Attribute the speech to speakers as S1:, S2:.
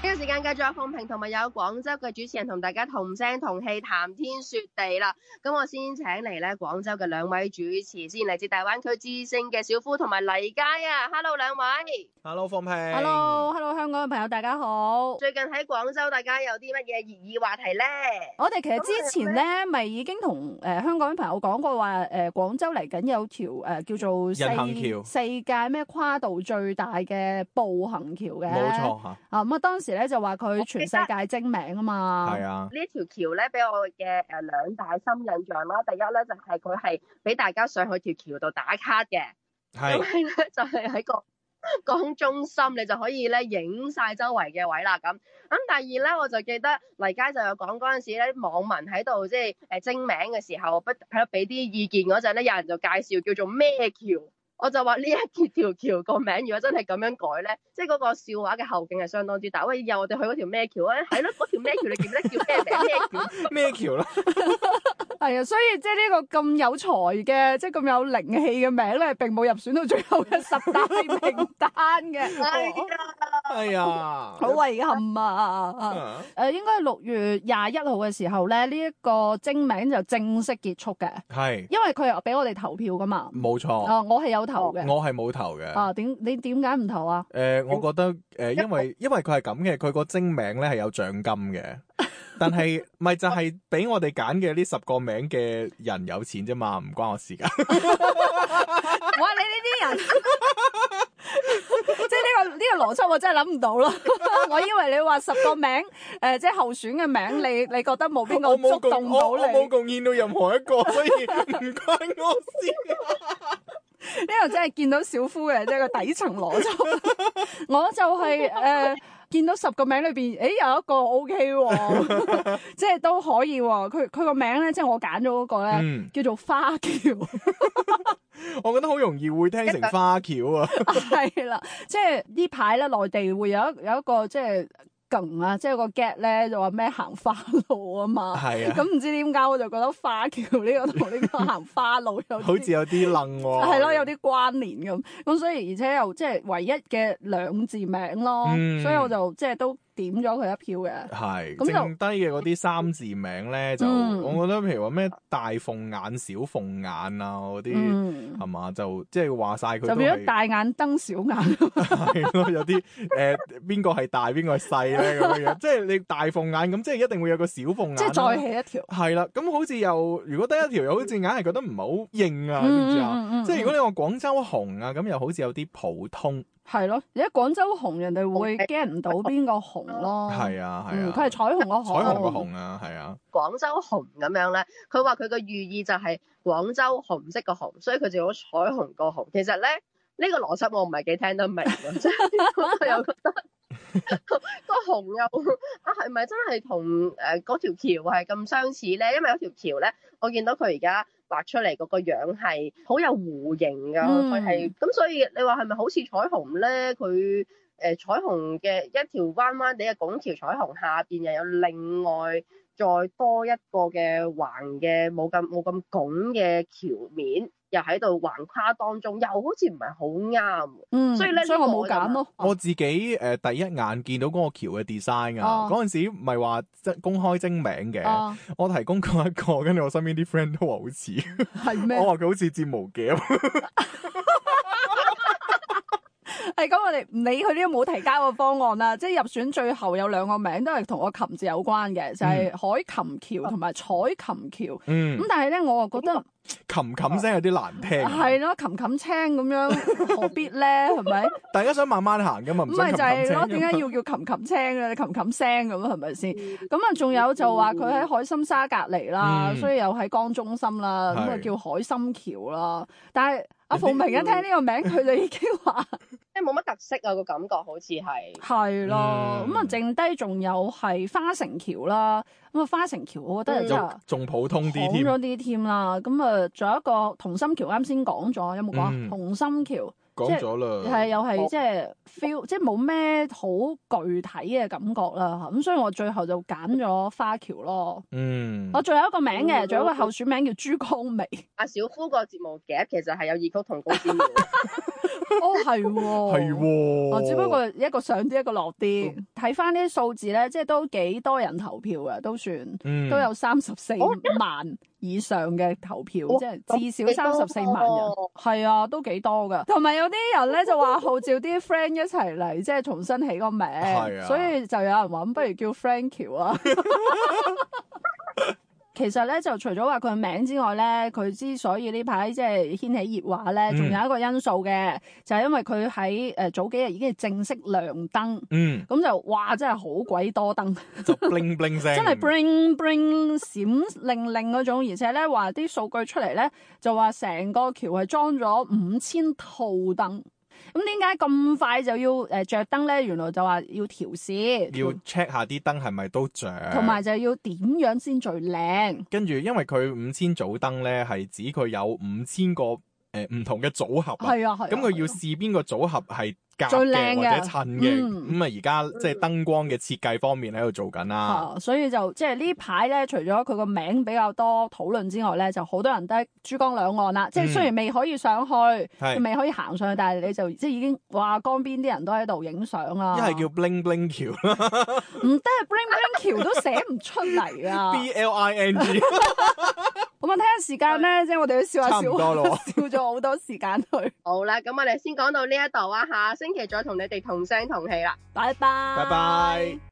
S1: 呢個時間繼續有鳳平同埋有廣州嘅主持人同大家同聲同氣談天說地啦。咁我先請嚟咧廣州嘅兩位主持先，嚟自大灣區之聲嘅小夫同埋黎佳啊。Hello 兩位，
S2: Hello，放屁。
S3: Hello，Hello，香港嘅朋友大家好。
S1: 最近喺廣州大家有啲乜嘢熱議話題咧？
S3: 我哋其實之前咧，咪已經同誒、呃香港嘅朋友講過話，誒、呃廣州嚟緊有條誒、呃叫做世
S2: 人行橋
S3: 世界咩跨度最大嘅步行橋嘅，
S2: 冇錯嚇，
S3: 啊咁啊，當時咧就話佢全世界精名啊嘛，
S2: 係啊，
S1: 呢一條橋咧，俾我嘅誒兩大深印象啦。第一咧就係佢係俾大家上去條橋度打卡嘅，咁
S2: 係
S1: 係咧就係喺個港中心，你就可以咧影晒周圍嘅位啦。咁咁第二咧，我就記得黎佳就有講嗰陣時咧，網民喺度即係誒徵名嘅時候，不喺度俾啲意見嗰陣咧，有人就介紹叫做咩橋。我就話呢一條橋個名，如果真係咁樣改咧，即係嗰個笑話嘅後勁係相當之大。喂，又我哋去嗰條咩橋啊？係咯，嗰條咩橋 你記唔記得叫咩名？咩橋？
S2: 咩橋 啦？
S3: 係啊，所以即係呢個咁有才嘅，即係咁有靈氣嘅名咧，並冇入選到最後嘅十大名單嘅，
S1: 係啊，
S2: 係啊，
S3: 好遺憾啊！
S2: 啊
S3: 誒、應該係六月廿一號嘅時候咧，呢、一個徵名就正式結束嘅，
S2: 係
S3: 因為佢又俾我哋投票噶嘛。
S2: 冇
S3: 啊、
S2: 錯，
S3: 我係有
S2: 嗯哦
S3: 投
S2: 我
S3: 嘅。
S2: 係冇頭嘅。
S3: 啊，點你點解唔投啊？
S2: 誒，我覺得誒，因為因為佢係咁嘅，佢個精名咧係有獎金 嘅，但係咪就係俾我哋揀嘅呢十個名嘅人有錢啫嘛，唔關我 事㗎。
S3: 哇！你呢啲人， 即係呢、個呢、個邏輯，我真係諗唔到咯。 我以為你話十個名，誒、即係候選嘅名，你你覺得冇邊個
S2: 我冇
S3: 觸
S2: 貢
S3: 動
S2: 我我
S3: 到你
S2: 冇？貢獻到任何一 個，所以唔關我事。
S3: 呢個真係見到小夫嘅，即係個底層邏輯。我就係、誒、見到十個名裏邊，誒有一個 O K 喎， 即係都可以喎、佢佢個名咧，即係我揀咗嗰個咧，
S2: 嗯，
S3: 叫做花橋，
S2: 我覺得好容易會聽成花橋啊。
S3: 係啦。即係呢排咧，內地會有一有一個即係勁啊，即係個 get 咧就話咩行花路 啊嘛。
S2: 係啊
S3: 咁，唔知點解我就覺得花橋呢個同呢個行花路有啲
S2: 好似有啲愣喎。
S3: 係咯，有啲關聯咁，咁所以而且又即係唯一嘅兩字名咯，
S2: 嗯
S3: 所以我就即係都點咗佢一票嘅。
S2: 係
S3: 咁就
S2: 剩低嘅嗰啲三字名咧，就、
S3: 嗯
S2: 我覺得譬如話咩大鳳眼、小鳳眼啊嗰啲，
S3: 嗯，
S2: 係嘛、就即係話晒佢
S3: 就
S2: 都
S3: 變咗
S2: 係
S3: 大眼瞪小眼，
S2: 係咯，有啲誒邊個係大邊個係細咧咁 樣樣，即係你大鳳眼咁，即係一定會有個小鳳眼啦。
S3: 即係再起一條。
S2: 係啦，咁好似又如果得一條，又好似硬係覺得唔係好應啊，知唔知啊？
S3: 嗯嗯嗯嗯
S2: 即係如果你話廣州紅啊，咁又好似有啲普通，
S3: 係咯，而家廣州紅人哋會 get 唔到邊個紅咯。
S2: 係啊係
S3: 嗯
S2: 啊，
S3: 佢係彩虹個紅。
S2: 彩虹個。紅啊，係啊，
S1: 廣州紅咁樣咧，佢話佢個寓意就係廣州紅色個紅，所以佢就用彩虹個紅。其實咧，呢、個邏輯我唔係幾聽得明嘅，即係 我又覺得個紅又啊係咪真係同誒嗰條橋係咁相似咧？因為有條橋咧，我見到佢而家畫出嚟嗰個樣係好有弧形㗎，
S3: 嗯
S1: 佢係咁，所以你話係咪好似彩虹咧？佢誒、彩虹嘅一條彎彎地嘅拱橋彩虹下邊又有另外再多一個嘅橫嘅冇咁冇咁拱嘅橋面，又喺度橫跨當中，又好似唔係好啱喎。
S3: 嗯。
S1: 所以咧
S3: 所以我
S1: 呢個
S3: 冇揀咯。
S2: 我自己誒、呃第一眼見到嗰個橋嘅 design 啊
S3: 哦，
S2: 嗰陣、時唔係話即公開徵名嘅，
S3: 啊，
S2: 我提供過一個，跟住我身邊啲 friend 都話好似，
S3: 係 咩？
S2: 我話佢好似睫毛 夾，
S3: 係咁，我哋唔理佢呢個冇提交嘅方案啦，即係入選最後有兩個名都係同個琴字有關嘅，就係、海琴橋同埋彩琴橋。
S2: 嗯
S3: 咁，但係咧，我又覺得
S2: 冚冚聲有啲難聽。
S3: 係咯，琴琴青咁樣，何必咧？係咪？
S2: 大家想慢慢行噶嘛，唔
S3: 咁
S2: 想
S3: 咪
S2: 冚
S3: 就
S2: 冚
S3: 係
S2: 聲
S3: 咯，
S2: 㗎嘛。
S3: 點解要叫琴琴青嘅琴琴聲咁係咪先？咁啊，仲有就話佢喺海心沙隔離啦，
S2: 嗯
S3: 所以又喺江中心啦，咁啊
S2: 係
S3: 叫海心橋啦。但係阿鳳明
S1: 人
S3: 一聽
S1: 哋
S3: 呢個名，佢就已經話。
S1: 即係冇乜特色啊，個感覺好似係。
S3: 係咯，
S2: 嗯
S3: 咁啊、剩低仲有係花城橋啦，咁啊花城橋我覺得
S1: 嗯
S3: 真係
S2: 就仲普通啲
S3: 講
S2: 添？
S3: 咗啲添啦，咁啊仲有一個同心橋啱先講咗，有冇講啊？
S2: 嗯
S3: 同心橋
S2: 講咗啦，
S3: 係又係即係 feel，即係冇咩好具體嘅感覺啦。咁所以我最後就揀咗花橋咯。
S2: 嗯
S3: 我，仲有一個名嘅，
S1: 嗯
S3: 仲有一個候選名叫珠江美。
S1: 阿小夫個節目夾其實係有異曲同工之妙。
S3: 哦，係喎，
S2: 係喎，嗯
S3: 哦，只不過一個上啲，一個落啲。睇翻呢啲數字咧，即係都幾多人投票嘅，都算
S2: 嗯
S3: 都有三十四
S1: 哦
S3: 萬以上嘅投票，
S1: 哇
S3: 即係至
S1: 咁啊
S3: 少三十四萬人
S1: 幾多。
S3: 係啊，都幾多噶。同埋有啲人
S1: 哦
S3: 咧就話號召啲 friend 一齊嚟，即係重新起個名
S2: 係，啊
S3: 所以就有人話咁不如叫 Frank 橋啊。 其實咧就除咗話佢名之外咧，佢之所以呢排即係掀起熱話咧，仲
S2: 嗯
S3: 有一個因素嘅，就係因為佢喺誒早幾日已經係正式亮燈，
S2: 嗯
S3: 咁就哇真係好鬼多燈，
S2: 就 bling bling 聲，
S3: 真係 bling bling 閃令令嗰種，而且咧話啲數據出嚟咧就話成個橋係裝咗五千套燈。咁點解咁快就要誒著燈咧？原來就話要調試，
S2: 要呃 check 下啲燈係咪都着，
S3: 同埋就要點樣先最靚。
S2: 跟住因為佢五千組燈咧係指佢有五千個誒唔同嘅組合啊，
S3: 係啊，係啊。
S2: 咁佢要
S3: 係啊
S2: 試邊個組合係夾
S3: 最
S2: 嘅
S3: 靚
S2: 或
S3: 嘅
S2: 者襯嘅，
S3: 嗯
S2: 咁啊而家即係燈光嘅設計方面喺度做緊啦，
S3: 啊，所以就即係呢排咧，除咗佢個名比較多討論之外咧，就好多人都喺珠江兩岸啦。即係雖然未可以上去，
S2: 嗯係
S3: 未可以行上去，但係你就即係已經哇，江邊啲人都喺度影相啊啦。
S2: 一係叫 bling bling 橋啦
S3: 唔得，Bling Bling 橋都寫唔出嚟啊！
S2: ，B L I N G
S3: 咁我睇下時間咧，即係我哋都笑下
S2: 差
S3: 笑，
S2: 唔多咯
S3: 笑咗好多時間去。
S1: 好啦，咁我哋先講到呢一度啊，下星期再同你哋同聲同氣啦。
S3: 拜拜，
S2: 拜拜。